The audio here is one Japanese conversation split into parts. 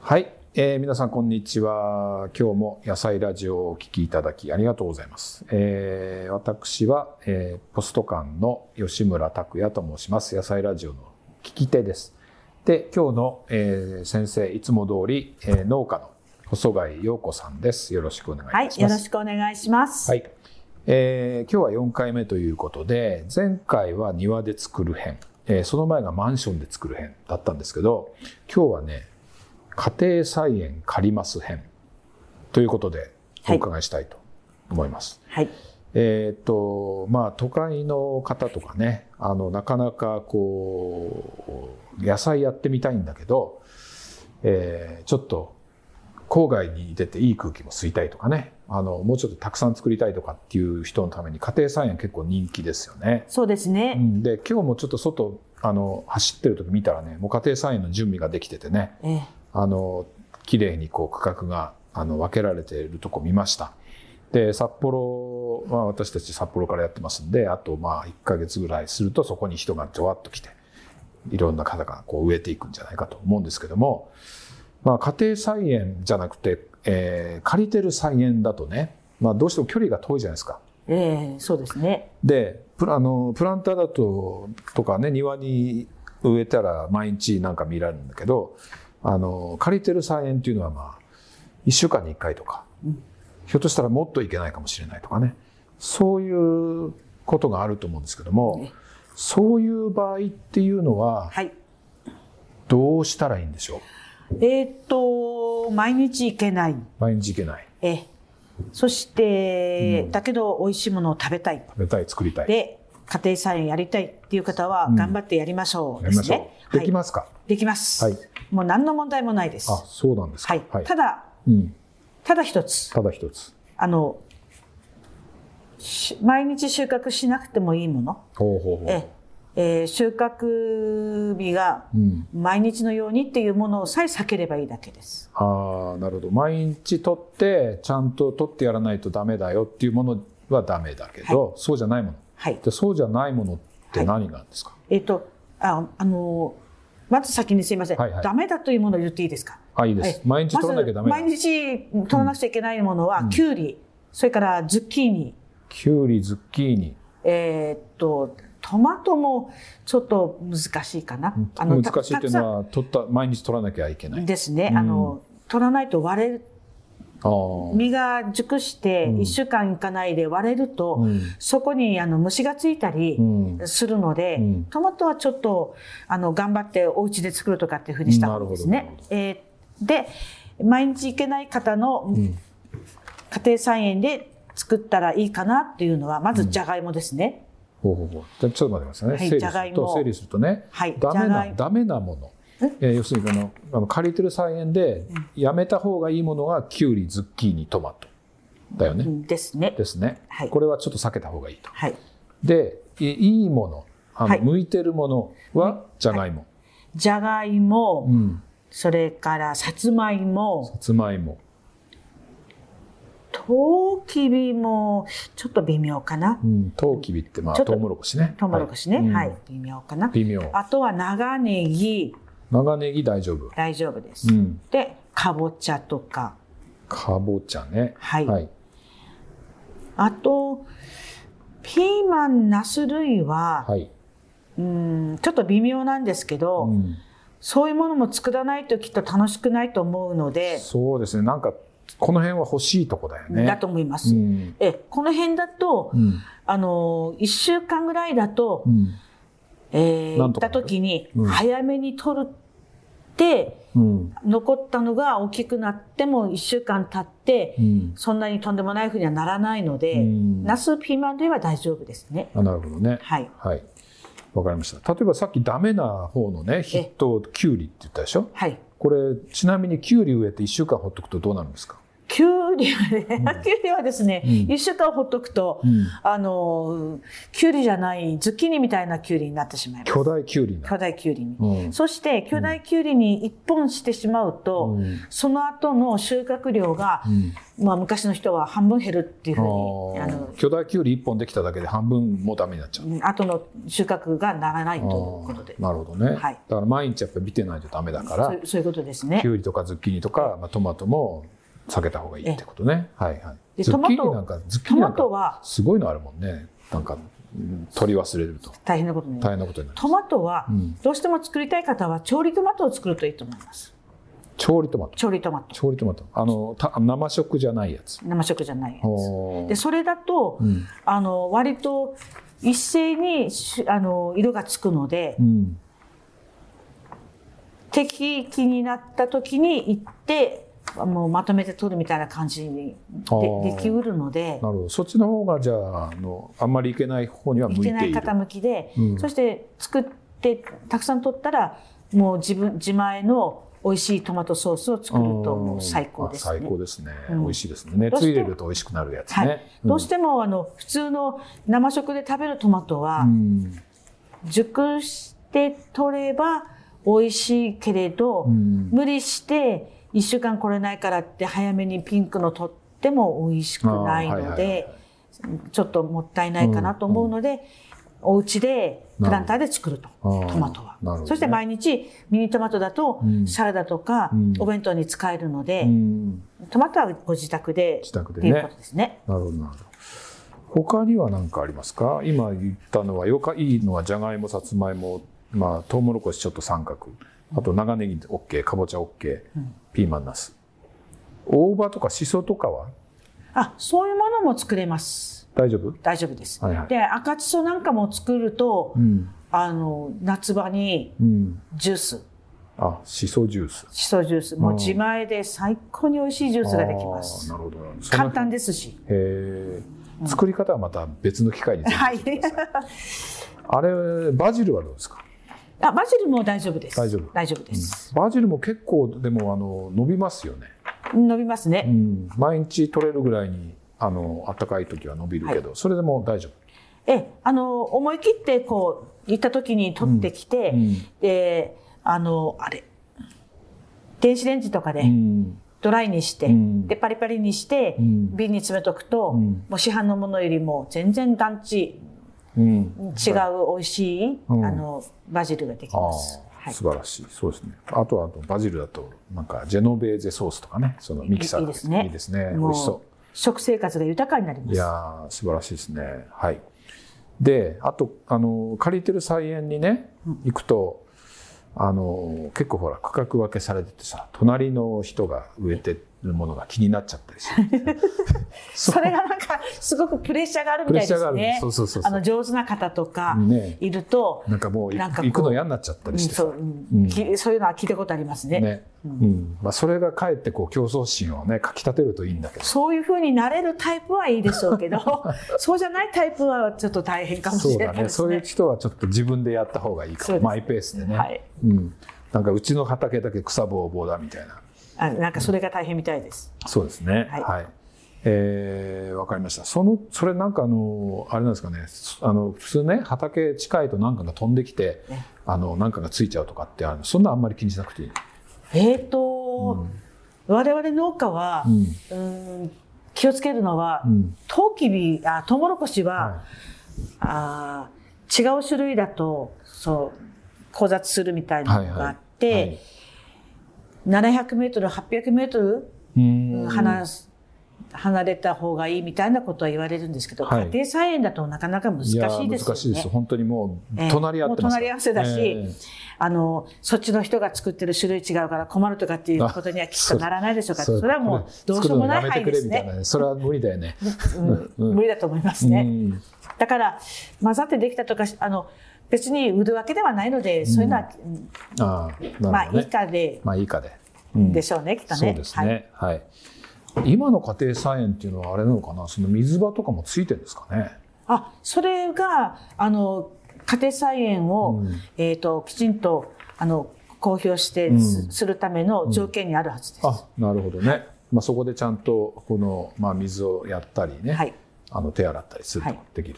はい、えー、皆さんこんにちは今日も野菜ラジオをお聞きいただきありがとうございます、えー、私は、えー、ポスト館の吉村拓也と申します野菜ラジオの聞き手ですで今日の、えー、先生いつも通り、えー、農家の細貝陽子さんですよろしくお願いしますはいよろしくお願いしますはい、えー、今日は4回目ということで前回は庭で作る編、えー、その前がマンションで作る編だったんですけど今日はね家庭菜園借ります編ということでお伺いしたいと思います。はい、えっ、ー、とまあ都会の方とかねあのなかなかこう野菜やってみたいんだけど、えー、ちょっと郊外に出ていい空気も吸いたいとかねあのもうちょっとたくさん作りたいとかっていう人のために家庭菜園結構人気ですよね。そうですね、うん、で今日もちょっと外あの走ってる時見たらねもう家庭菜園の準備ができててね、ええあの綺麗にこう区画があの分けられているとこ見ましたで札幌は私たち札幌からやってますんであとまあ1ヶ月ぐらいするとそこに人がじょわっと来ていろんな方がこう植えていくんじゃないかと思うんですけども、まあ、家庭菜園じゃなくて、えー、借りてる菜園だとね、まあ、どうしても距離が遠いじゃないですか。ええー、そうですねでプラあのプランターだととかね庭に植えたら毎日なんか見られるんだけどあの借りてる菜園っていうのはまあ1週間に1回とか、うん、ひょっとしたらもっといけないかもしれないとかねそういうことがあると思うんですけども、ね、そういう場合っていうのは、はい、どうしたらいいんでしょうえー、っと毎日行けない毎日行けないえそして、うん、だけど美味しいものを食べたい食べたい作りたいで家庭菜園やりたいっていう方は頑張ってやりましょうですね、うん、できますか、はいできます、はい。もう何の問題もないです。あ、そうなんですはい。ただ、うん、ただ一つ。ただ一つ。あの、毎日収穫しなくてもいいもの。ほうほうほうええー、収穫日が毎日のようにっていうものさえ避ければいいだけです。うん、ああ、なるほど。毎日取って、ちゃんと取ってやらないとダメだよっていうものはダメだけど、はい、そうじゃないもの。はい。、で、そうじゃないものって何なんですか、はいえっ、ー、と、あ、あのまず先にすみません、はいはい、ダメだというものを言っていいですか。あ、いいです。毎日取らなきゃダメ、ま、毎日取らなくちゃいけないものは、うん、きゅうり、それからズッキーニ。きゅうり、ズッキーニ。えー、っと、トマトもちょっと難しいかな。あの難しいっていうのは、取った、毎日取らなきゃいけない。ですね。あの、取らないと割れる。実が熟して1週間いかないで割れると、うん、そこにあの虫がついたりするので、うん、トマトはちょっとあの頑張ってお家で作るとかっていうふうにしたんですね。えー、で毎日行けない方の家庭菜園で作ったらいいかなっていうのはまずじゃがいもですね。うん、ほうほうほうちょっと待ってくださいね、はい、じゃがいも整理するとね、はい、ダメなダメなものえー、要するにあのあの借りてる菜園でやめた方がいいものがきゅうりズッキーニトマトだよね。ですね。ですね、はい、これはちょっと避けた方がいいと。はい、でいいものあの、はい、向いてるものはじゃがいも。じゃがいも、うん、それからさつまいも。さつまいも。とうきびもちょっと微妙かな。うん、とうきびってまあとうもろこしね。とうもろこしね、はい、はい、微妙かな。微妙。あとは長ネギ。長ネギ大丈夫大丈夫です、うん、でかぼちゃとかかぼちゃね、はい、はい、あとピーマンナス類は、はい、うんちょっと微妙なんですけど、うん、そういうものも作らないときっと楽しくないと思うのでそうですねなんかこの辺は欲しいとこだよね。だと思います。うん、えこの辺だと、あの1週間ぐらいだと、えー、行った時に早めに取るって、うん、残ったのが大きくなっても1週間経って、うん、そんなにとんでもないふうにはならないので、うん、ナスピーマン類は大丈夫ですね。あなるほどね。はい。はい。わかりました。例えばさっきダメな方のね、筆頭きゅうりって言ったでしょ。はい。これちなみにきゅうり植えて1週間ほっとくとどうなるんですか。きゅうりはね、きゅうりはですね、一週間ほっとくと、あの、きゅうりじゃないズッキーニみたいなきゅうりになってしまいます。巨大きゅうりな巨大きゅうりに。そして巨大きゅうりに一本してしまうと、その後の収穫量が、 まあ昔の人は半分減るっていうふうに、あの、巨大きゅうり一本できただけで半分もダメになっちゃう。後の収穫がならないということで。なるほどね。はい。だから毎日やっぱ見てないとダメだから、そういうことですね。きゅうりとかズッキーニとか、まあトマトも避けた方がいいってことね。はいはい。でトマトなんかズッキーニなんかすごいのあるもんね。なんか取り忘れると大変なことに大変なことになる。トマトはどうしても作りたい方は調理トマトを作るといいと思います。調理トマト。調理トマト。調理トマト。あの生食じゃないやつ。生食じゃないやつ。でそれだと、うん、あの割と一斉にあの色がつくので。うん適期になった時に行ってもうまとめて取るみたいな感じにでできうるのでなるほどそっちの方がじゃああのあんまりいけない方には向いているけない方向きで、うん、そして作ってたくさん取ったらもう自分自前の美味しいトマトソースを作るともう最高ですね。最高ですね。うん、美味しいですね。熱入れると美味しくなるやつね。どうしてもあの普通の生食で食べるトマトは、うん、熟して取れば美味しいけれど、無理して1週間来れないからって早めにピンクのとっても美味しくないので、ちょっともったいないかなと思うので、うんうん、お家でプランターで作るとトマトは、ね、そして毎日ミニトマトだとサラダとかお弁当に使えるので、うん、トマトはご自宅で自宅で、ね、っていうことですね。なるほどなるほど他には何かありますか今言ったのはよかいいのはじゃがいもさつまいもまあ、トウモロコシちょっと三角あと長ネギ OK かぼちゃ OK、うん、ピーマンナス大葉とかしそとかはあそういうものも作れます大丈夫大丈夫です、はいはい、で赤じそなんかも作ると、うん、あの夏場にジュース、うんあ、しそジュース。しそジュース、もう自前で最高に美味しいジュースができます。なるほど、ね。簡単ですし。へえ。作り方はまた別の機会に。はい。あれ、バジルはどうですか。あ、バジルも大丈夫です。大丈夫。大丈夫です、うん。バジルも結構でもあの伸びますよね。伸びますね。うん、毎日取れるぐらいにあの暖かい時は伸びるけど、はい、それでも大丈夫。え、あの思い切ってこう行った時に取ってきて、うん、で、あのあれ電子レンジとかで。ドライにして、でパリパリにして、瓶に詰めとくと、もう市販のものよりも全然団地うん、違う美味しい、うん、あのバジルができます。はい、素晴らしい。そうですね。あとはバジルだとなんかジェノベーゼソースとかね、そのミキサーいいですね。いいですね。美味しそう。食生活が豊かになります。いや素晴らしいですね。はい。で、あとあの借りてる菜園にね、行くと。あの結構ほら区画分けされててさ隣の人が植えてるものが気になっちゃったりしてそれがなんかすごくプレッシャーがあるみたいですねそうそうそうあの上手な方とかいると、ね、なんかもう行くの嫌になっちゃったりして、うんそう、うん、そういうのは聞いたことありますね、ね、うん、うん、まあ、それがかえってこう競争心をねかきたてるといいんだけどそういうふうになれるタイプはいいでしょ うけどそうじゃないタイプはちょっと大変かもしれない、ね、そういう人はちょっと自分でやった方がいいからマイペースでね、はい、うん、なんかうちの畑だけ草ぼうぼうだみたいなあなんかそれが大変みたいです。そうですね。はい。はい、えー、わかりました。その、それなんかあの、あれなんですかね、あの、普通ね、畑近いとなんかが飛んできて、あの、なんかがついちゃうとかってあるそんなあんまり気にしなくていいえっ、と、うん、我々農家は、うん、うん気をつけるのは、うん、トウキビ、あ、トウモロコシは、はい、あ違う種類だと、そう、交雑するみたいなのがあって、はいはい700メートル、800メートル離離れた方がいいみたいなことは言われるんですけど、はい、家庭菜園だとなかなか難しいですよね。、難しいです。本当にもう隣り合ってますえー、隣り合わせだし、えー、あのそっちの人が作ってる種類違うから困るとかっていうことにはきっとならないでしょうから、そ,それはもうどうしようもない範囲ですね。れねそれは無理だよ ねうん。無理だと思いますね。だから混ざってできたとかあの。別に売るわけではないので、そういうのは、うんあまあいいかで、まあいいかで、でしょうね、きっとね。そうですね。はい。今の家庭菜園っていうのはあれなのかな、その水場とかもついてるんですかね。あ、それがあの家庭菜園を、えっ、ときちんとあの公表してす,、るための条件にあるはずです。あ、なるほどね。まあ、そこでちゃんとこの、まあ、水をやったりね、はいあの手洗ったりするとかはいできる、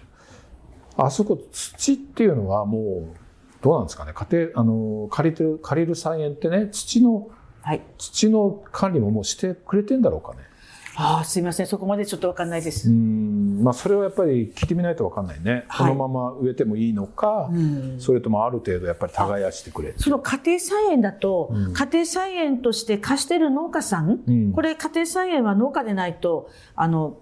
あそこ土っていうのはもうどうなんですかね家庭あの借りてる借りる菜園ってね土のはい。土の管理ももうしてくれてんだろうかねああ、すいません。そこまでちょっとわかんないでうす。んまあそれはやっぱり聞いてみないと分かんないね、はいこのまま植えてもいいのか、うんそれともある程度やっぱり耕してくれその家庭菜園だと、うん家庭菜園として貸してる農家さん、うんこれ家庭菜園は農家でないと、あの、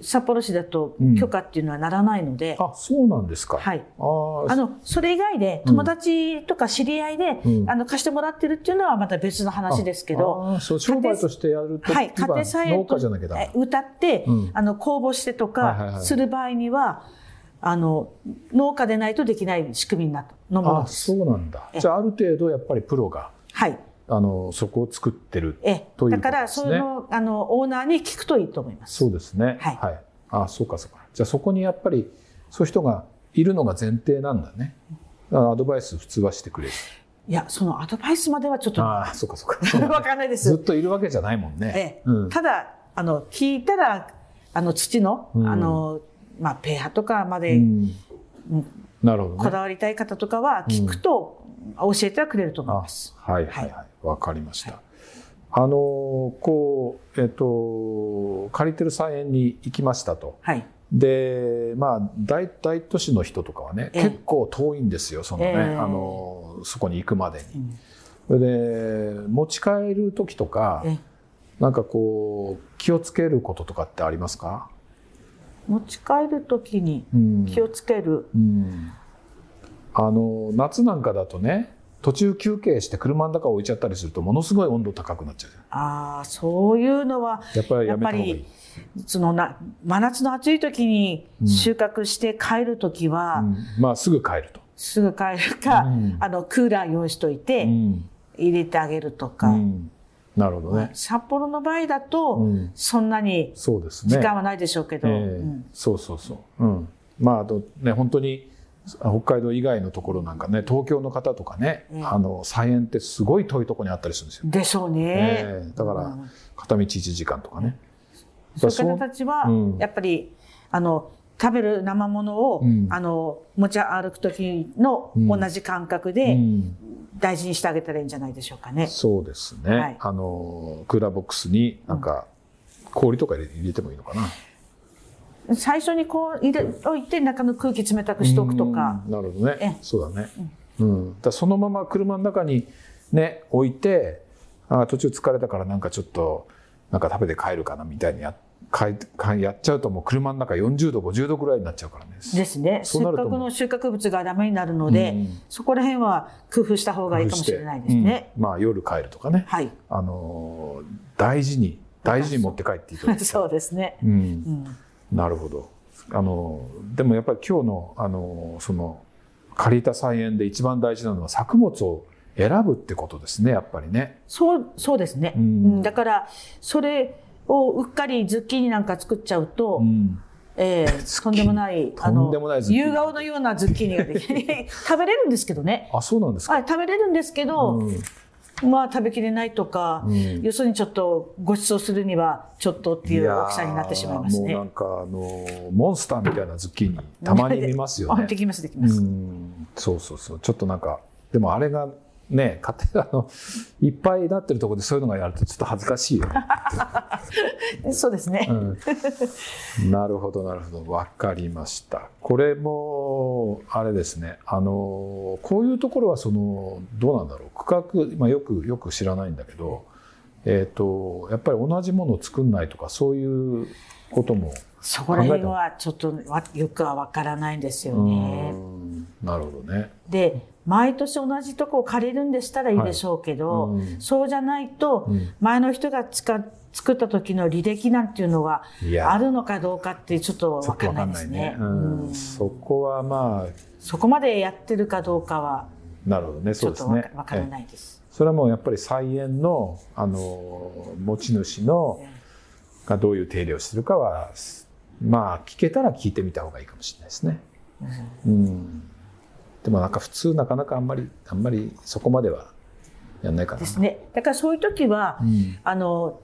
札幌市だとうん許可っていうのはならないので、あそうなんですか、はい。あーあの、それ以外でうん友達とか知り合いで、うんあの、貸してもらってるっていうのはまた別の話ですけど、あーそう商売としてやると、はい、家庭菜園農と家じゃなきゃダえメ。歌って、うんあの公募してとはいはいはかいする場合には、あの農家でないとできない仕組みになったのものあですそうなんだ。えじゃあある程度やっぱりプロがはいあのそこを作ってる。えということですねだからそのあのオーナーに聞くといいと思いますそうですね。はいあそうかそうか。じゃあそこにやっぱりそういう人がいるのが前提なんだね。だからアドバイス普通はしてくれる。いやそのアドバイスまではちょっとわああそうかそうか。そうだねかんないでずっす、といるわけじゃないもんえねえ。うん。ただあの聞いたらあの土の,、うんあのまあ、ペーハとかまうでんなるほどこね。だわりたい方とかは聞くと、教えてはくれると思いあます。はいはいはいわかりました。あのこうえっと借りてる菜園に行きましたと。はい、でまあ大大都市の人とかはね、ええ結構遠いんですよそのね、ええあのそこに行くまでうに。んそれで持ち帰る時とかえなんかこう気をつけることとかってありますか、持ち帰る時にうん気をつける、うんあの夏なんかだとね途中休憩して車の中置いちゃったりするとものすごい温度高くなっちゃうじゃんああそういうのはやっぱりややっめたぱ方がいりい。そのな真夏の暑い時に収穫して帰る時は、うんまあすぐ帰ると。すぐ帰るか、うんあのクーラー用意しといて、うん入れてあげるとうか、んなるほどね。札幌の場合だと、うんそんなにそうですね。時間はないでしょうけど、ええうんそうそうそう、うん、まああとね本当にあ北海道以外のところなんかね東京の方とかね、ええあの菜園ってすごい遠いところにあったりするんですよ、でしょうね。ええだかうらん片道1時間とかね、そういう方たちはうんやっぱり、あの食べる生ものを、うんあの持ち歩く時のうん同じ感覚うでん大事にしてあげたらいいんじゃないでしょうかね。そうですね、はいあのクーラーボックスになんか氷とか入れ入れてもいいのかな最初にこう入れ置いて中の空気冷たくしておくとか、うんなるほどね、ええそうだね、うんだからそのまま車の中にね置いてあー途中疲れたからなんかちょっとなんか食べて帰るかなみたいにやかいかやっちゃうともう車の中40度50度ぐらいになっちゃうからねですねそせうっなかるとく思の収穫物がダメになるので、うんそこら辺は工夫した方がいいかもしれないですね。、うんまあ夜帰るとかね、はい、 あのー大事に大事に持って帰っていただきたいそうですね。うんうん、なるほど。あのでもやっぱり今日のあのその借りた菜園で一番大事なのは作物を選ぶってことですねやっぱりね。そうそうですね、ううんんだからそれをうっかりズッキーニなんか作っちゃうと、うんえーズッキーとんニでもないあとんでもないズッキーニ夕顔のようなズッキーニができ て食べれるんですけどねあそうなんですか。あ食べれるんですけうど、んまあ食べきれないとか、うん要するにちょっとご馳走するにはちょっとっていう大きさになってしまいますやねーもうなんかあのモンスターみたいなズッキーニたまに見ますよ あねで。きますできうます、んそうそうそうちょっとなんかでもあれがね家庭あのいっぱいなってるところでそういうのがやるとちょっと恥ずかしいよね。そうですね、うんなるほどなるほど分かりましたこれもあれですねあのこういうところはそのどうなんだろう区画、まあ、よくよく知らないんだけど、えー、とやっぱり同じものを作んないとかそういうことも、そこら辺はちょっとわよくはわからないんですよねうー、んなるほどねで毎年同じとこを借りるんでしたらいいでしょうけど、はいうんそうじゃないとうん前の人が使っ作った時の履歴なんていうのがいやあるのかどうかってちょっとちょわっとか分んなかいんでないねすね。うんうんそこはまあそこまでやってるかどうかはなるほどねちそょうっですとねわかわからええないです。それはもうやっぱり菜園のあの持ち主の、がどういう手入れをしてるかはまあ聞けたら聞いてみた方がいいかもしれないですね。うん、でもなんか普通なかなかあんまりあんまりそこまではやんないかな。ですね。だからそういう時は、うんあの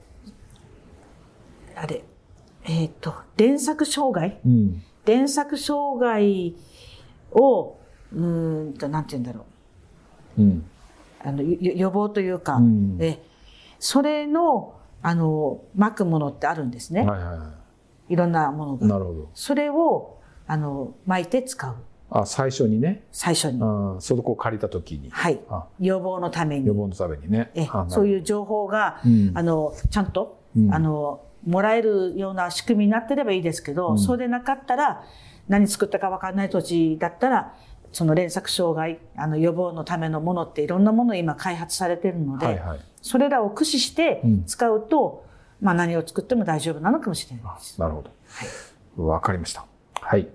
あれ、えっ、と、連作障害、うん連作障害を、うーんと、なんて言うんだろう。うんあのよ予防というか、うんえそれのあの巻くものってあるんですね、、はいはいはいろんなものいが。なるほどそれをあの巻いて使うあ最初にね最初に、あーそこを借りた時にはい、あ予防のため予に防のためにねえあそうういう情報が、うんあのちゃんと、うんあのもらえるような仕組みになってればいいですけど、そうでなかったら何作ったか分かんない土地だったらその連作障害あの予防のためのものっていろんなもの今開発されてるので、はいはいそれらを駆使してうん使うと、まあ何を作っても大丈夫なのかもしれないです。なるほどわかりましたはい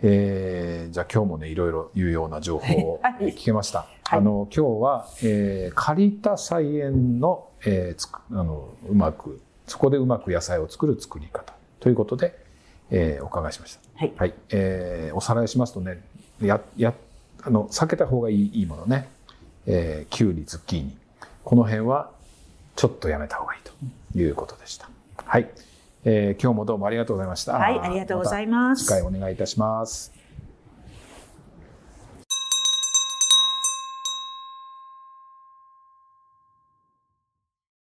えーじゃあ今日もねいろいろ有用な情報をはいえー聞けました、はいあの今日は、えー借りた菜園の,、えーつくあのうまくそこでうまく野菜を作る作り方ということで、えーお伺いしましたはい。はい、えーおさらいしますとね、ややあの避けた方がいいいいものね、えー、キュウリ、ズッキーニ、この辺はちょっとやめた方がいいということでした。はい、えー今日もどうもありがとうございました。はい、ありがとうございまたす。次回お願いいたします。